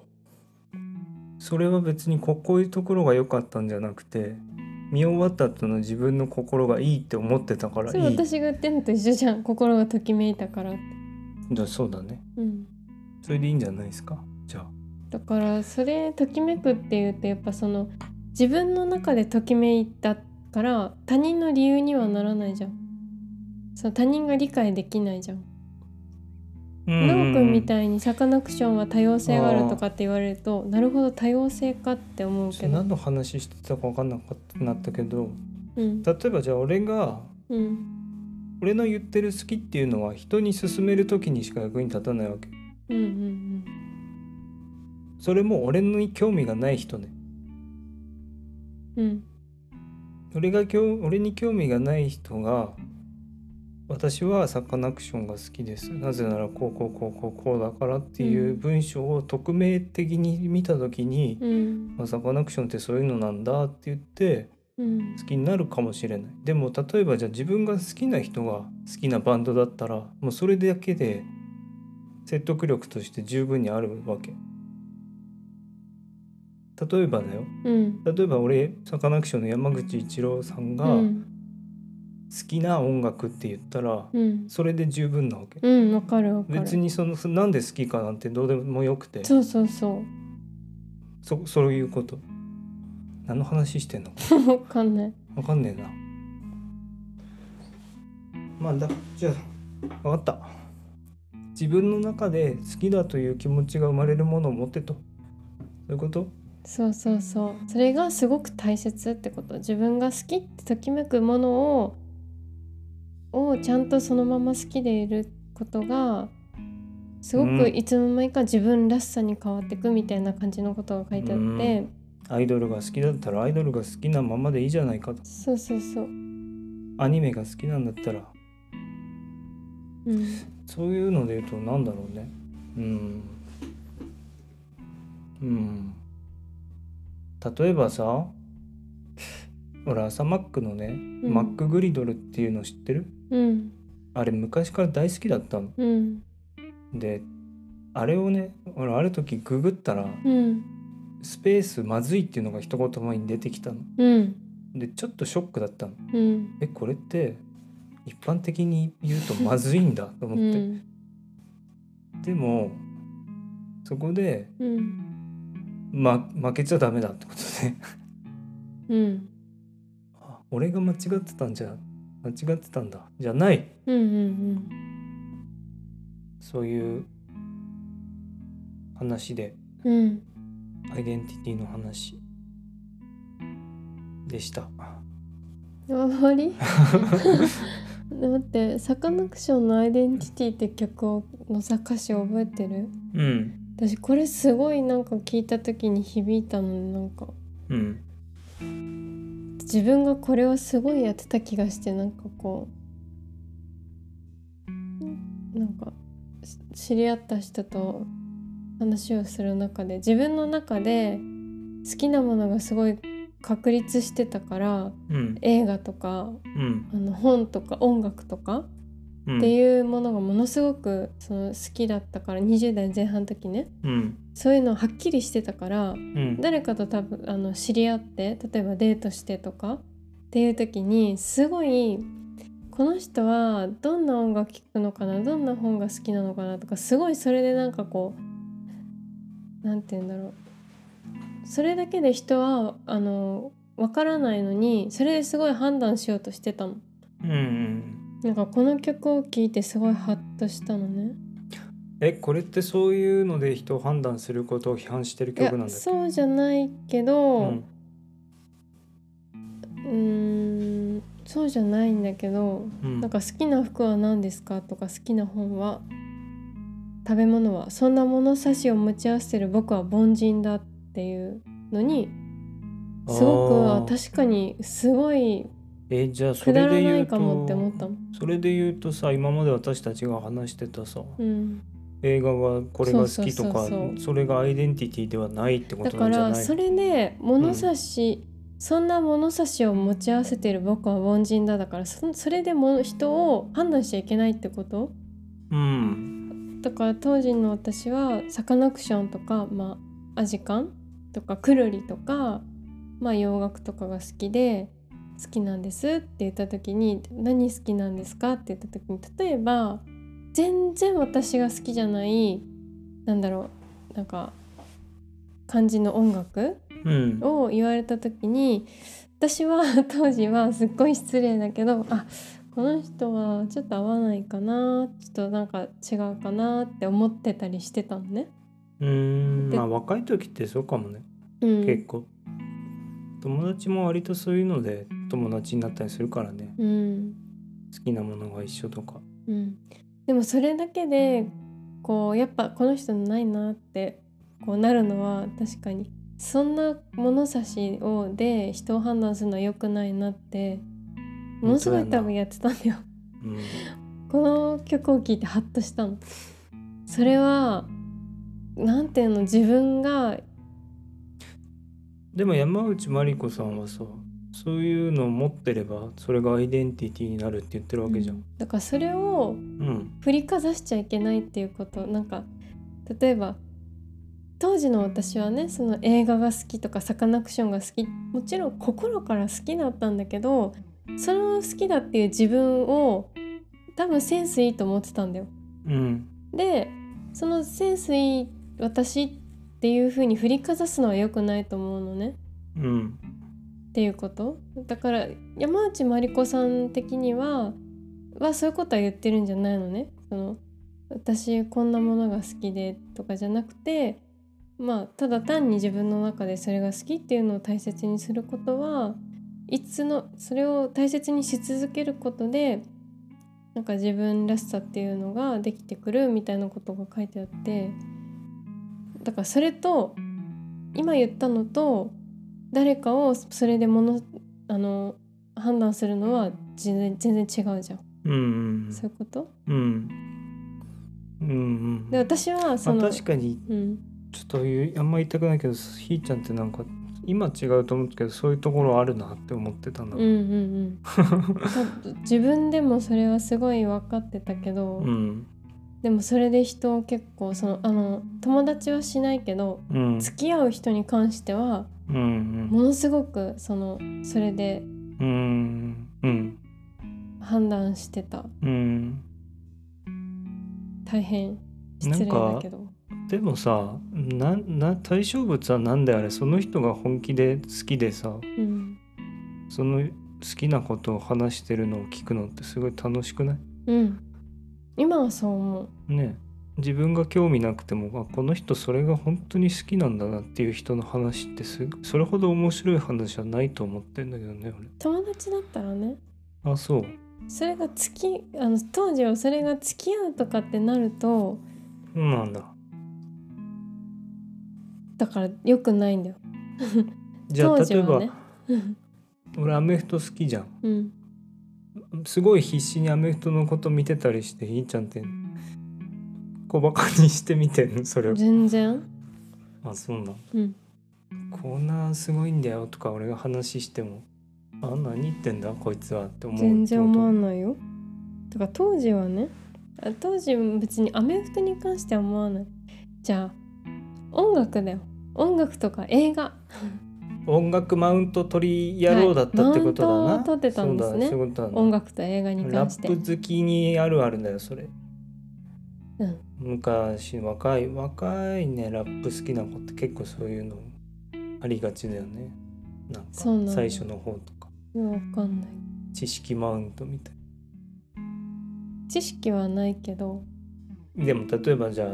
S1: それは別にここういうところが良かったんじゃなくて見終わった後の自分の心がいいって思ってたから
S2: そ
S1: い
S2: れ
S1: い
S2: 私が言ってんのと一緒じゃん心がときめいたからって
S1: だそうだね
S2: うん
S1: それでいいんじゃないですかじゃあ
S2: だからそれときめくっていうとやっぱその自分の中でときめいたから他人の理由にはならないじゃんそう他人が理解できないじゃん
S1: うん
S2: なおくんみ
S1: い
S2: たいにサカナクションは多様性があるとかって言われるとなるほど多様性かって思うけど
S1: 何の話してたか分かんなかったなったけど
S2: うん
S1: 例えばじゃあ俺が
S2: うん
S1: 俺の言ってる好きっていうのは人に勧める時にしか役に立たないわけ
S2: うんうん
S1: それも俺に興味がない人ね
S2: うんうん
S1: 俺が興俺に興味がない人が私はサカナクションが好きですなぜならこうこうこうこうこうだからっていう
S2: うん
S1: 文章を匿名的に見た時に、
S2: うん
S1: まあ、サカナクションってそういうのなんだって言って
S2: うん
S1: 好きになるかもしれないでも例えばじゃあ自分が好きな人が好きなバンドだったらもうそれだけで説得力として十分にあるわけ例えばだよ
S2: うん
S1: 例えば俺サカナクションの山口一郎さんが
S2: う
S1: 好
S2: ん
S1: きな音楽って言ったら
S2: うん
S1: それで十分なわけ
S2: うんわかるわかる
S1: 別にそのそなんで好きかなんてどうでもよくて
S2: そうそう そ
S1: そそういうこと何の話してんの
S2: うわかんない
S1: わかんねえなまあだじゃあわかった自分の中で好きだという気持ちが生まれるものを持ってとそういうこと
S2: そうそうそうそれがすごく大切ってこと自分が好きってときめくものををちゃんとそのまま好きでいることがすご
S1: うん
S2: くいつの間にか自分らしさに変わっていくみたいな感じのことが書いてあって、
S1: うんアイドルが好きだったらアイドルが好きなままでいいじゃないかと
S2: そうそうそう、
S1: アニメが好きなんだったら
S2: うん、
S1: そういうので言うとなんだろうねうんうん例えばさ俺朝マックのね、
S2: うん
S1: マックグリドルっていうの知ってる
S2: うん
S1: あれ昔から大好きだったの
S2: うん
S1: であれをね俺ある時ググったら
S2: うん
S1: スペースまずいっていうのが一言前に出てきたの
S2: うん
S1: でちょっとショックだったの
S2: うん
S1: えこれって一般的に言うとまずいんだと思
S2: う
S1: って、
S2: ん
S1: でもそこで、
S2: うん
S1: ま、負けちゃダメだってことで
S2: うん
S1: あ俺が間違ってたんじゃ間違ってたんだじゃない
S2: うんうん
S1: そういう話で
S2: うん
S1: アイデンティティの話でした。
S2: 終わり待ってサカナクションの「アイデンティティ」って曲をのさ歌詞覚えてる
S1: うん、
S2: 私これすごいなんか聞いた時に響いたのなんか
S1: うん、
S2: 自分がこれをすごいやってた気がしてなんかこうなんかし知り合った人と話をする中で自分の中で好きなものがすごい確立してたから
S1: うん、
S2: 映画とか
S1: うん、
S2: あの本とか音楽とか
S1: う
S2: って
S1: ん、
S2: いうものがものすごくその好きだったから20代前半の時ね
S1: うん、
S2: そういうのはっきりしてたから
S1: うん、
S2: 誰かと多分あの知り合って例えばデートしてとかっていう時にすごいこの人はどんな音楽聴くのかなどんな本が好きなのかなとかすごいそれでなんかこうなんて言うんだろうそれだけで人はあのわからないのにそれですごい判断しようとしてたの。
S1: うん、
S2: なんかこの曲を聴いてすごいハッとしたのね。
S1: え、これってそういうので人を判断することを批判してる
S2: いや
S1: 曲なんだっけ
S2: そうじゃないけど、うん、んそうじゃないんだけど、
S1: うん、
S2: なんか好きな服は何ですかとか好きな本は食べ物はそんな物差しを持ち合わせてる僕は凡人だっていうのにすごく
S1: あ
S2: は
S1: ー
S2: 確かにすごい
S1: え、じゃあそれ
S2: くだら
S1: で
S2: な
S1: 言う
S2: いかもって思っ
S1: と、
S2: たの。
S1: それで言うとさ、今まで私たちが話してたさ、
S2: うん、
S1: 映画はこれが好きと
S2: そ
S1: か
S2: うそうそうそう
S1: それがアイデンティティではないってこ
S2: だ
S1: とな
S2: か
S1: んじゃ
S2: ら
S1: ない
S2: それで物差し、そんな物差しを持ち合わせてる僕は凡人だだからそそれでも人を判断しちゃいけないってこと
S1: うん
S2: だから当時の私はサカナクションとか、まあ、アジカンとかくるりとか、まあ、洋楽とかが好きで好きなんですって言った時に「何好きなんですか?」って言った時に例えば全然私が好きじゃないなんだろうなんか感じの音楽
S1: うん
S2: を言われた時に私は当時はすっごい失礼だけどあこの人はちょっと合わないかなちょっとなんか違うかなって思ってたりしてたのね。
S1: うーん
S2: で
S1: まあ若い時ってそうかもね
S2: うん
S1: 結構、友達も割とそういうので友達になったりするからね
S2: うん
S1: 好きなものが一緒とか
S2: うん、でもそれだけでこうやっぱこの人のないなってこうなるのは確かにそんな物差しをで人を判断するのは良くないなってものすごい
S1: 本当やな
S2: 多分やってたんだよ。
S1: うん
S2: この曲を聴いてハッとしたのそれはなんていうの自分が
S1: でも山内まりこさんはさそういうのを持ってればそれがアイデンティティになるって言ってるわけじゃ。
S2: うんんだからそれ
S1: う
S2: を
S1: ん。
S2: 振りかざしちゃいけないっていうことなんか例えば当時の私はねその映画が好きとかサカナクションが好きもちろん心から好きだったんだけどそれを好きだっていう自分を多分センスいいと思ってたんだよ。
S1: うん。
S2: でそのセンスいい私っていう風に振りかざすのは良くないと思うのね
S1: うん。
S2: っていうことだから山内まりこさん的にははそういうことは言ってるんじゃないのねその私こんなものが好きでとかじゃなくてまあただ単に自分の中でそれが好きっていうのを大切にすることはいつのそれを大切にし続けることでなんか自分らしさっていうのができてくるみたいなことが書いてあってだからそれと今言ったのと誰かをそれでものあの判断するのは全然全然違うじゃん、
S1: うん。うん
S2: そういうこと
S1: うん。うん。うん
S2: で私はそ
S1: まあ、
S2: の、
S1: 確かに
S2: うん、
S1: ちょっと言うあんま言いたくないけどひーちゃんってなんか今違うと思うけどそういうところあるなって思ってたんだ
S2: うんうん うんそう自分でもそれはすごい分かってたけど、
S1: うん
S2: でもそれで人を結構そのあの友達はしないけど
S1: うん
S2: 付き合う人に関しては
S1: うん
S2: ものすごくそのそれで
S1: うんうんうん
S2: 判断してた
S1: うん
S2: 大変失礼だけど
S1: でもさなな対象物は何であれその人が本気で好きでさ
S2: うん、
S1: その好きなことを話してるのを聞くのってすごい楽しくない
S2: うん、今はそう思う
S1: ね自分が興味なくてもあこの人それが本当に好きなんだなっていう人の話ってすそれほど面白い話はないと思ってんだけどね
S2: 友達だったらね
S1: 俺あそう
S2: それが付きあの当時はそれが付き合うとかってなると
S1: そうなんだ
S2: だから良くないんだよ
S1: じゃあ
S2: 当時
S1: 例えば、
S2: はね
S1: 俺アメフト好きじゃん
S2: うん
S1: すごい必死にアメフトのこと見てたりしてひーちゃんって小バカにして見てんのそれを
S2: 全然
S1: あそうなん
S2: うん
S1: こんなすごいんだよとか俺が話してもあ何言ってんだこいつはって思う
S2: 全然思わ
S1: ん
S2: ないよだから当時はねあ当時別にアメフトに関しては思わないじゃあ音楽だよ音楽とか映画
S1: 音楽マウント取り野郎だったってことだな、
S2: はいマウントを取ってたんですね
S1: そうだそういうことだな
S2: 音楽と映画に
S1: ラ
S2: 関して
S1: ップ好きにあるあるんだよそれ、
S2: うん
S1: 昔若い若いねラップ好きな子って結構そういうのありがちだよねなん
S2: そうなん
S1: か
S2: だ
S1: 最初の方とか
S2: いやわかんない
S1: 知識マウントみたい
S2: 知識はないけど
S1: なでも例えばじゃあ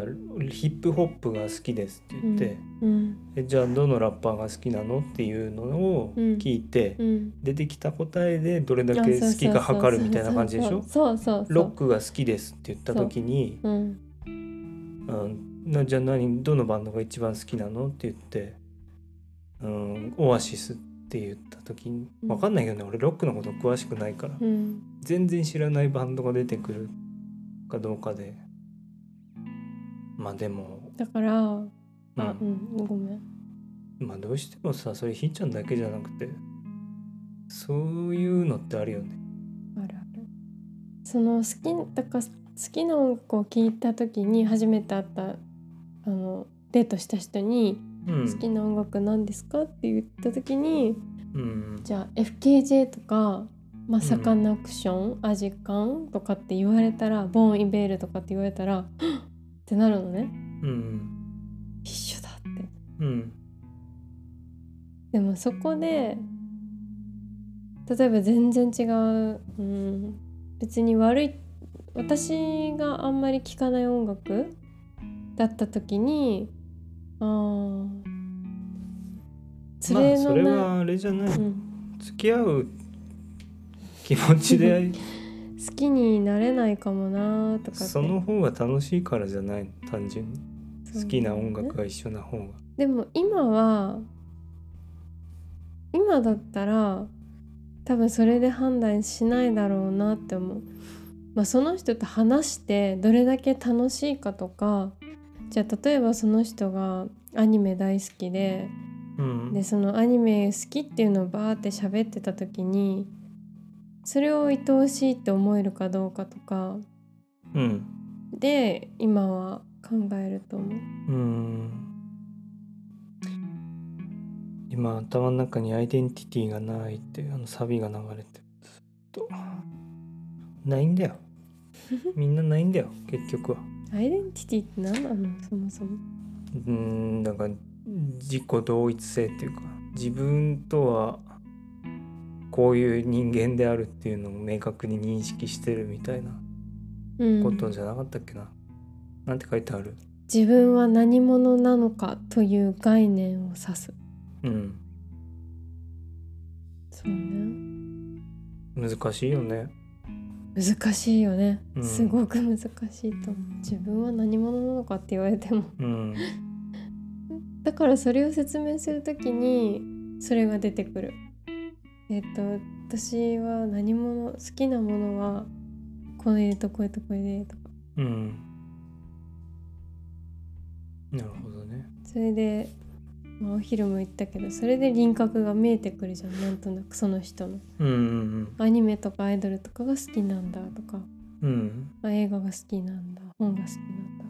S1: ヒップホップが好きですって言って、
S2: うん
S1: えじゃあどのラッパーが好きなのっていうのを聞いて、
S2: うん
S1: 出てきた答えでどれだ
S2: あ
S1: け
S2: そう
S1: 好きか測るみたいな感じでしょ
S2: そうそうそうそう
S1: ロックが好きですって言った時に
S2: うん
S1: うん、なじゃあ何どのバンドが一番好きなのって言って、うん、オアシスって言った時に
S2: うん
S1: 分かんないけどね、俺ロックのこと詳しくないから、
S2: うん
S1: 全然知らないバンドが出てくるかどうかでまあでも、
S2: だから、
S1: うん
S2: あうんごめん
S1: まあどうしてもさそれひーちゃんだけじゃなくてそういうのってあるよね。
S2: あるあるその好きだから好きな音楽を聴いた時に初めて会ったあのデートした人に
S1: う
S2: 「好き
S1: ん
S2: な音楽何ですか?」って言った時に、
S1: うん
S2: じゃあ FKJ とか、まあ、
S1: ん
S2: サカナクション、アジカンとかって言われたらボーン・イベールとかって言われたら はっってなるのね
S1: うん
S2: 一緒だって
S1: うん
S2: でもそこで例えば全然違う、うん、別に悪い私があんまり聴かない音楽だった時にあー
S1: まあ
S2: 連れ
S1: そ
S2: の
S1: れ
S2: ない、
S1: はあれじゃない、
S2: うん、
S1: 付き合う気持ち で
S2: 好きになれないかもなーとかって
S1: その方が楽しいからじゃないの単純に
S2: そう
S1: 好きな音楽が一緒な方が
S2: でも今は今だったら多分それで判断しないだろうなって思う、まあ、その人と話してどれだけ楽しいかとかじゃあ例えばその人がアニメ大好きで
S1: うん
S2: でそのアニメ好きっていうのをバーって喋ってた時にそれを愛おしいって思えるかどうかとか
S1: うん
S2: で今は考えると思う。
S1: うん今頭の中にアイデンティティがないってあのサビが流れてるずっとないんだよみんなないんだよ結局は
S2: アイデンティティって何なのそもそも。
S1: うんだから自己同一性っていうか自分とはこういう人間であるっていうのを明確に認識してるみたいな
S2: うん
S1: ことじゃなかったっけな、なんて書いてある
S2: 自分は何者なのかという概念を指す。
S1: うん
S2: そうね。
S1: 難しいよね
S2: 難しいよね。
S1: うん
S2: すごく難しいと思う。自分は何者なのかって言われても。
S1: うん
S2: だからそれを説明するときにそれが出てくる。えっと私は何者好きなものはこれとこれとこれでとか
S1: うんなるほどね
S2: それで、まあ、お昼も言ったけどそれで輪郭が見えてくるじゃんなんとなくその人の
S1: うんうん
S2: アニメとかアイドルとかが好きなんだとか
S1: うんうん
S2: あ映画が好きなんだ本が好きなんだ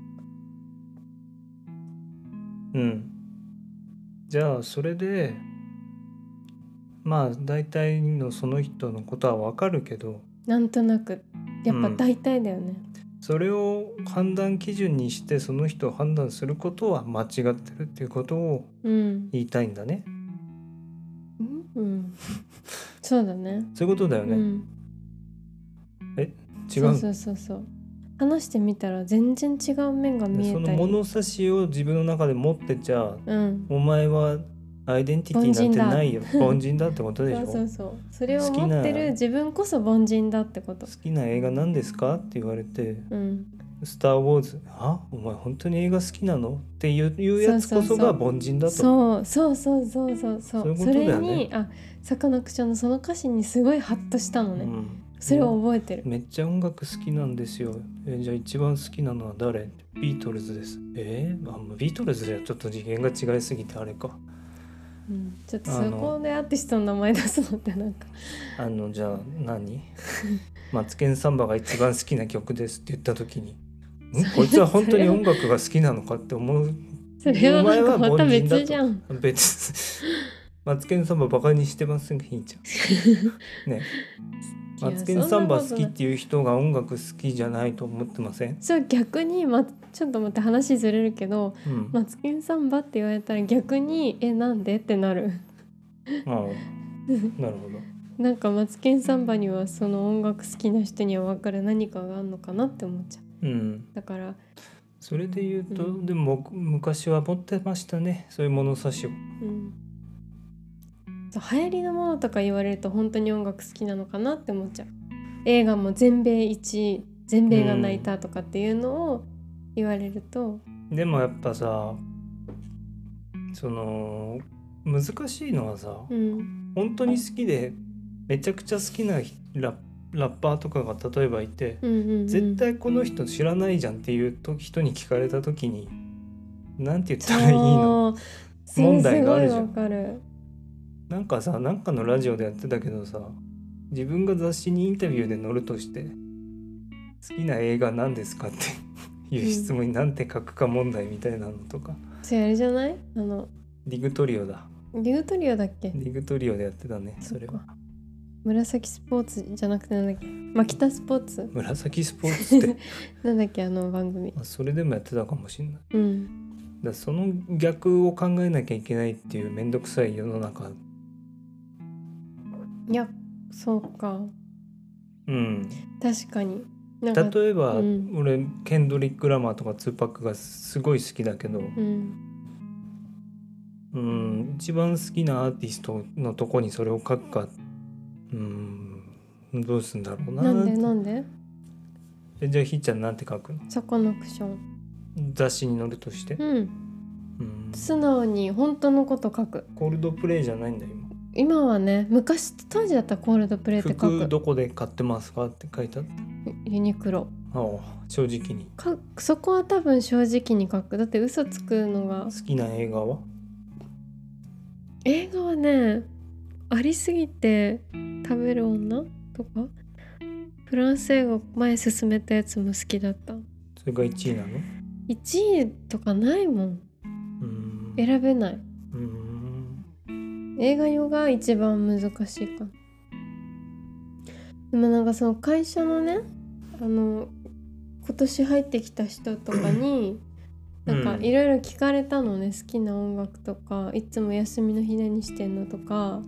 S1: うんじゃあそれでまあ大体のその人のことはわかるけど
S2: なんとなくやっぱ
S1: うん
S2: 大体だよね、
S1: それを判断基準にしてその人を判断することは間違ってるっていうことを
S2: うん
S1: 言いたいんだね
S2: うん、うん、そうだね
S1: そういうことだよ
S2: う
S1: ね、
S2: ん
S1: 違う
S2: そ
S1: の
S2: うそうそうそう話してみたら全然違う面が見え
S1: その
S2: たり
S1: 物差しを自分の中で持ってちゃ
S2: うん
S1: お前はアイデンティティなんてないよ凡人だってことでし
S2: そ
S1: ょ
S2: うそうそうそれを
S1: 好きな
S2: 持ってる自分こそ凡人だってこと
S1: 好きな映画何ですか?」って言われて
S2: うん
S1: 「スター・ウォーズ」「あお前本当に映画好きなの?」っていういうやつこそが凡人だと
S2: そうそうそうそうそうそう
S1: そういうこと
S2: そ
S1: だ
S2: れ
S1: よね
S2: にあサカナクションのその歌詞にすごいハッとしたのね、
S1: うん
S2: それを覚えてる、
S1: めっちゃ音楽好きなんですよ。えーじゃあ一番好きなのは誰ビートルズです。えー、あまあビートルズじゃちょっと次元が違いすぎてあれか。
S2: うんちょっと
S1: あ
S2: そ
S1: の
S2: こでアーティストの名前出すのってなんか
S1: あのじゃあ 何マツケンサンバが一番好きな曲ですって言った時 に。んこいつは本当に音楽が好きなのかって思う
S2: それはなんか
S1: お前は
S2: また
S1: 凡人だと
S2: 別じゃん
S1: 別 マツケンサンババカにしてますひんちゃんねマツケンサンバ好
S2: い
S1: き
S2: やそんなことな
S1: っ
S2: い
S1: ていう人が音楽好きじゃないと思ってません、
S2: そう逆に、ま、ちょっと待って話ずれるけど
S1: うん
S2: マツケンサンバって言われたら逆に「えなんで?」ってなる
S1: ああなるほど
S2: なんかマツケンサンバにはその音楽好きな人には分かる何かがあるのかなって思っちゃう
S1: うん
S2: だから
S1: それで言うと、
S2: うん
S1: でも僕昔は持ってましたねそういう物差しを
S2: うんそう流行りのものとか言われると本当に音楽好きなのかなって思っちゃう映画も全米一位全米が泣いたとかっていうのを言われると
S1: でもやっぱさその難しいのはさ、
S2: うん
S1: 本当に好きでめちゃくちゃ好きなララッパーとかが例えばいて、
S2: うんうん、うん、
S1: 絶対この人知らないじゃんっていうと人に聞かれた時になんて言ったらいいの
S2: そう
S1: 問題があるじゃん
S2: すごいわかる
S1: なんかさなんかのラジオでやってたけどさ自分が雑誌にインタビューで載るとして好きな映画何ですかって いう質問に何て書くか問題みたいなのとか、
S2: それあれじゃないあの
S1: ディグトリオだ
S2: リュートリオだっけ
S1: ディグトリオでやってたねそれ
S2: そ
S1: は
S2: っか紫スポーツじゃなくてなんだっけマキタスポーツ
S1: 紫スポーツって
S2: なんだっけあの番組
S1: まあそれでもやってたかもしんないだか
S2: うん
S1: らその逆を考えなきゃいけないっていう面倒くさい世の中
S2: いやそうか
S1: うん
S2: 確かになんか
S1: 例えば、
S2: うん
S1: 俺ケンドリック・ラマーとかツーパックがすごい好きだけど、
S2: うん
S1: うん、一番好きなアーティストのとこにそれを書くかうんどうすんだろうな
S2: なんでなんで
S1: えじゃあひーちゃんなんて書くの
S2: サカナクション
S1: 雑誌に載るとして、
S2: う
S1: う
S2: ん
S1: ん、
S2: 素直に本当のこと書く
S1: コールドプレイじゃないんだよ
S2: 今はね昔当時だったらコールドプレイ
S1: 今
S2: って書
S1: 服
S2: く
S1: どこで買ってますかって書いてあった
S2: ユニクロ
S1: ああ正直に
S2: かそこは多分正直に書くだって嘘つくのが
S1: 好きな映画は
S2: 映画はねありすぎて食べる女とかフランス映画前進めたやつも好きだった
S1: それが1位なの
S2: 1位とかないもん
S1: うーん
S2: 選べないう
S1: ーん
S2: 映画用が一番難しいかなでもなんかその会社のねあの今年入ってきた人とかになんか
S1: うん
S2: いろいろ聞かれたのね、好きな音楽とかいつも休みの日何してんのとか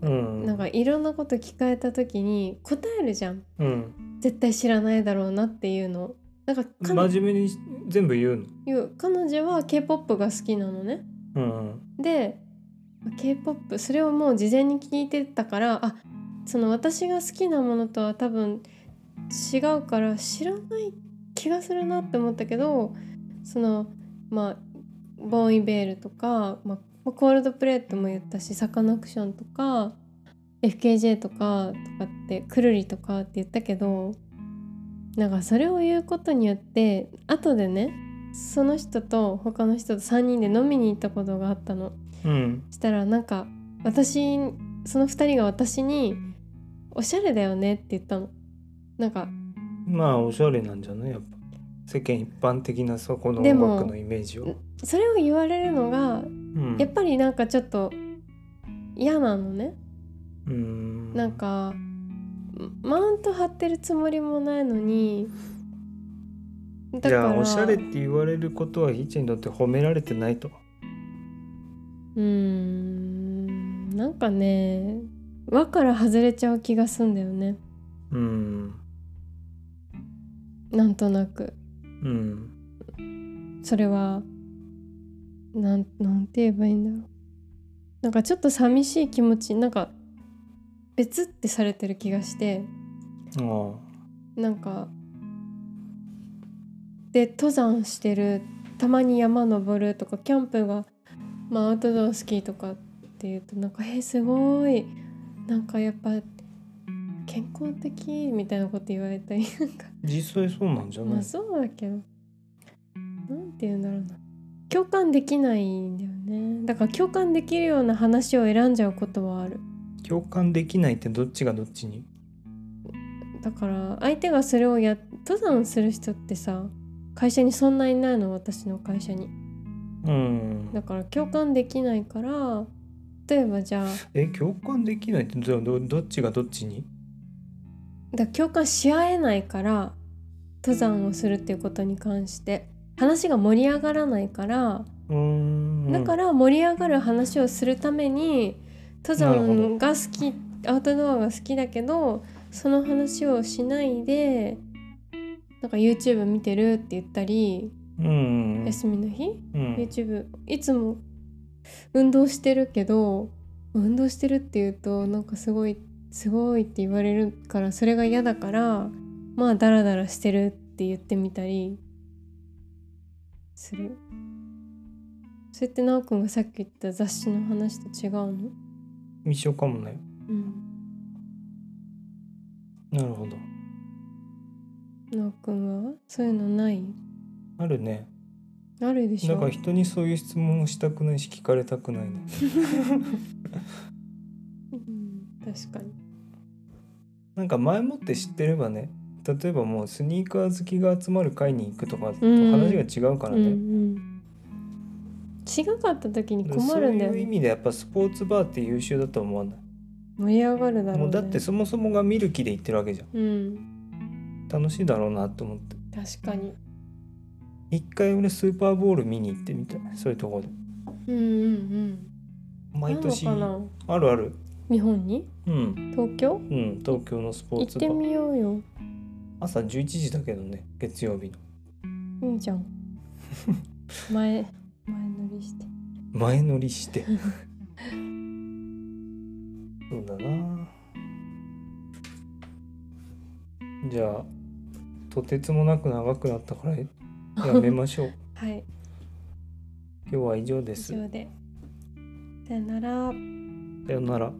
S1: うん
S2: なんかいろんなこと聞かれた時に答えるじゃん
S1: うん
S2: 絶対知らないだろうなっていうのなんか彼女
S1: 真面目に全部言うの
S2: 彼女は k p o p が好きなのね
S1: うん
S2: で k p o p それをもう事前に聞いてたからあその私が好きなものとは多分違うから知らない気がするなって思ったけどそのまあボーン・イベールとか、まあまあ、コールドプレイトも言ったしサカナクションとか FKJ とかとかってくるりとかって言ったけどなんかそれを言うことによって後でねその人と他の人と3人で飲みに行ったことがあったの。
S1: うん
S2: したらなんか私その2人が私に「おしゃれだよね」って言ったの。なんか
S1: まあおしゃれなんじゃないやっぱ世間一般的なそこの
S2: で
S1: 音
S2: も
S1: 楽のイメージを、
S2: それを言われるのが
S1: うん、
S2: やっぱりなんかちょっと嫌なのね。
S1: うーん
S2: なんかマウント張ってるつもりもないのにだ
S1: じ
S2: か
S1: ゃ
S2: ら
S1: あおしゃれって言われることはひーちゃんにとって褒められてないと
S2: うーんなんかね輪から外れちゃう気がすんだよね
S1: うん
S2: なんとなく
S1: うん
S2: それはなんなんて言えばいいんだろうなんかちょっと寂しい気持ちなんか別ってされてる気がして
S1: ああ
S2: なんかで登山してるたまに山登るとかキャンプが、まあ、アウトドア好きとかっていうとなんか「えすごいなんかやっぱ健康的」みたいなこと言われたりなんか
S1: 実際そうなんじゃ
S2: ま
S1: な
S2: あ
S1: い
S2: そうだけどなんて言うんだろうな共感できないんだよねだから共感できるような話を選んじゃうことはある
S1: 共感できないってどっちがどっちに
S2: だから相手がそれをや登山する人ってさ会社にそんないないの私の会社に
S1: うん
S2: だから共感できないから例えばじゃあ
S1: え共感できないってどどどっちがどっちに
S2: だから共感し合えないから登山をするっていうことに関して話が盛り上がらないから
S1: うーん
S2: だからら盛り上がる話をするために登
S1: なるほ
S2: 山が好きアウトドアが好きだけどその話をしないでなんか YouTube 見てるって言ったり、
S1: うん
S2: 休みの日
S1: うん
S2: YouTube いつも運動してるけど運動してるって言うとなんかすごいすごいって言われるからそれが嫌だからまあダラダラしてるって言ってみたりするそれって奈くんがさっき言った雑誌の話と違うの
S1: 一緒かもね
S2: うん
S1: なるほど
S2: 奈くんはそういうのない
S1: あるね
S2: あるでし
S1: だ
S2: ょ
S1: から人にそういう質問をしたくないし聞かれたくないね
S2: うん、確かに
S1: なんか前もって知ってればね例えばもうスニーカー好きが集まる会に行くとかと
S2: うん
S1: 話が違うから
S2: うんう
S1: ね、
S2: ん違かった時に
S1: で
S2: 困るんだよ
S1: そういう意
S2: ね
S1: 味でやっぱスポーツバーって優秀だとは思わない
S2: 盛り上がるだろう、ね、
S1: もうだってそもそもが見る気で行ってるわけじゃん
S2: うん
S1: 楽しいだろうなと思って
S2: 確かに
S1: 一回俺スーパーボール見に行ってみたいそういうところで
S2: うんうんうん
S1: 毎年
S2: あんのかな
S1: あるある
S2: 日本に
S1: うん
S2: 東京
S1: うん東京のスポ
S2: 行
S1: ー
S2: っ
S1: ツ
S2: て
S1: バー
S2: みようよ
S1: 朝11時だけどね月曜日の
S2: いいじゃ ん前前乗りして
S1: 前乗りしてそうだなじゃあとてつもなく長くなったからやめましょう
S2: はい
S1: 今日は以上で
S2: 以
S1: す
S2: 上でさよなら
S1: さようなら